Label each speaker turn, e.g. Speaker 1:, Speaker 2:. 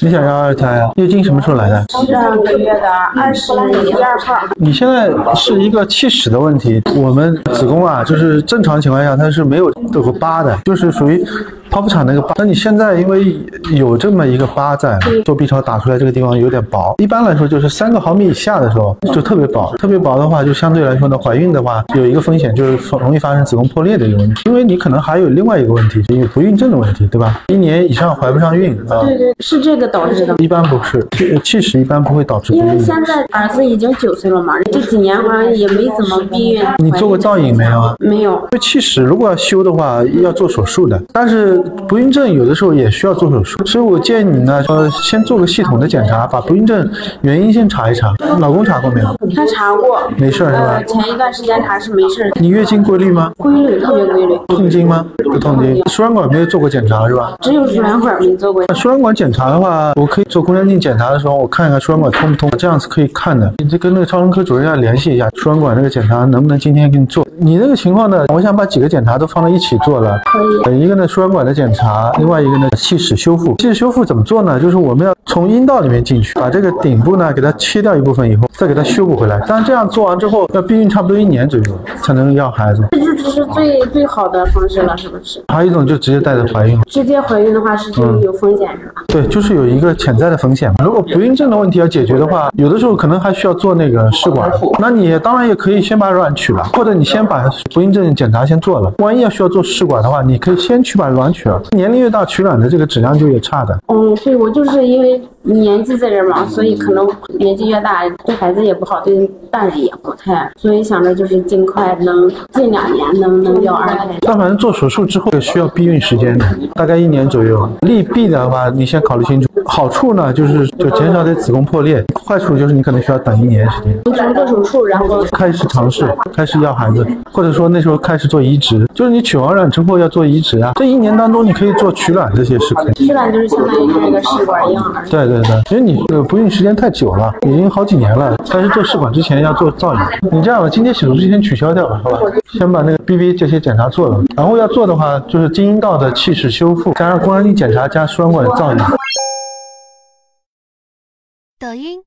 Speaker 1: 谁想要二胎啊？月经什么时候来的？
Speaker 2: 十二个月的二十一二号，
Speaker 1: 你现在是一个气室的问题。我们子宫啊，就是正常情况下它是没有有个疤的，就是属于剖腹产那个疤。那你现在因为有这么一个疤在，
Speaker 2: 嗯
Speaker 1: 做 B 超打出来这个地方有点薄。一般来说就是三个毫米以下的时候就特别薄，特别薄的话就相对来说呢，怀孕的话有一个风险就是容易发生子宫破裂的一个问题，因为你可能还有另外一个问题，有不孕症的问题，对吧？一年以上怀不上孕啊。
Speaker 2: 对对，是这个导致的。
Speaker 1: 一般不是，气气室一般不会导致不
Speaker 2: 因
Speaker 1: 孕
Speaker 2: 为
Speaker 1: 的。
Speaker 2: 现在儿子已经九岁了嘛，这几年好像也没怎么避孕。
Speaker 1: 你做过造影没有啊？
Speaker 2: 没有，
Speaker 1: 这气室如果要修的话，要做手术的。但是不孕症有的时候也需要做手术，所以我建议你呢，呃，先做个系统的检查，把不孕症原因先查一查。老公查过没有？
Speaker 2: 他查过，
Speaker 1: 没事儿是吧
Speaker 2: 呃，？前一段时间查是没事儿，
Speaker 1: 你月经规律吗？
Speaker 2: 规律特别规律，
Speaker 1: 痛经吗？不痛经。输卵管没有做过检查是吧？
Speaker 2: 只有输卵管没做过。
Speaker 1: 那输卵管检查的话，我可以做宫腔镜检查的时候，我看一看输卵管通不通，这样是可以看的。你就跟那个超声科主任要联系一下，输卵管这个检查能不能今天给你做？你那个情况呢，我想把几个检查都放在一起做了。
Speaker 2: 可以，
Speaker 1: 呃，一个呢输卵管的检查，另外一个呢气室修复。气室修复怎么做呢？就是我们要从阴道里面进去，把这个顶部呢给它切掉一部分以后，再给它修补回来。但这样做完之后，要避孕差不多一年左右才能要孩子。
Speaker 2: 这就这是最最好的方式了，是不是？
Speaker 1: 还有一种就直接带着怀孕了，
Speaker 2: 直接怀孕的话是就有风险，是吧？
Speaker 1: 对，就是有一个潜在的风险嘛。如果不孕症的问题要解决的话，有的时候可能还需要做那个试管。那你当然也可以先把卵取了，或者你先把不孕症检查先做了。万一要需要做试管的话，你可以先去把卵取了。年龄越大，取卵的这个质量就越差的。
Speaker 2: 嗯，对，我就是因为年纪在这儿嘛，所以可能年纪越大，对孩子也不好，对大人也不太，所以想着就是尽快能近两年能能要二胎。
Speaker 1: 但凡做手术之后需要避孕时间的，大概一年左右。利弊的话，你先考虑清楚。好处呢，就是就减少对子宫破裂；坏处就是你可能需要等一年时间。
Speaker 2: 我从做手术，然后
Speaker 1: 开始尝试，开始要孩子，或者说那时候开始做移植，就是你取完卵之后要做移植啊。这一年当中，你可以做取卵这些是可以。
Speaker 2: 取卵就是相当于这个试管婴儿。
Speaker 1: 对对对，因为你呃不孕时间太久了，已经好几年了。但是做试管之前要做造影。你这样吧，今天手术之前取消掉吧，好吧？先把那个 BB 这些检查做了，然后要做的话就是经阴道的气室修复，加上宫腔镜检查加输卵管造影。
Speaker 3: 抖音、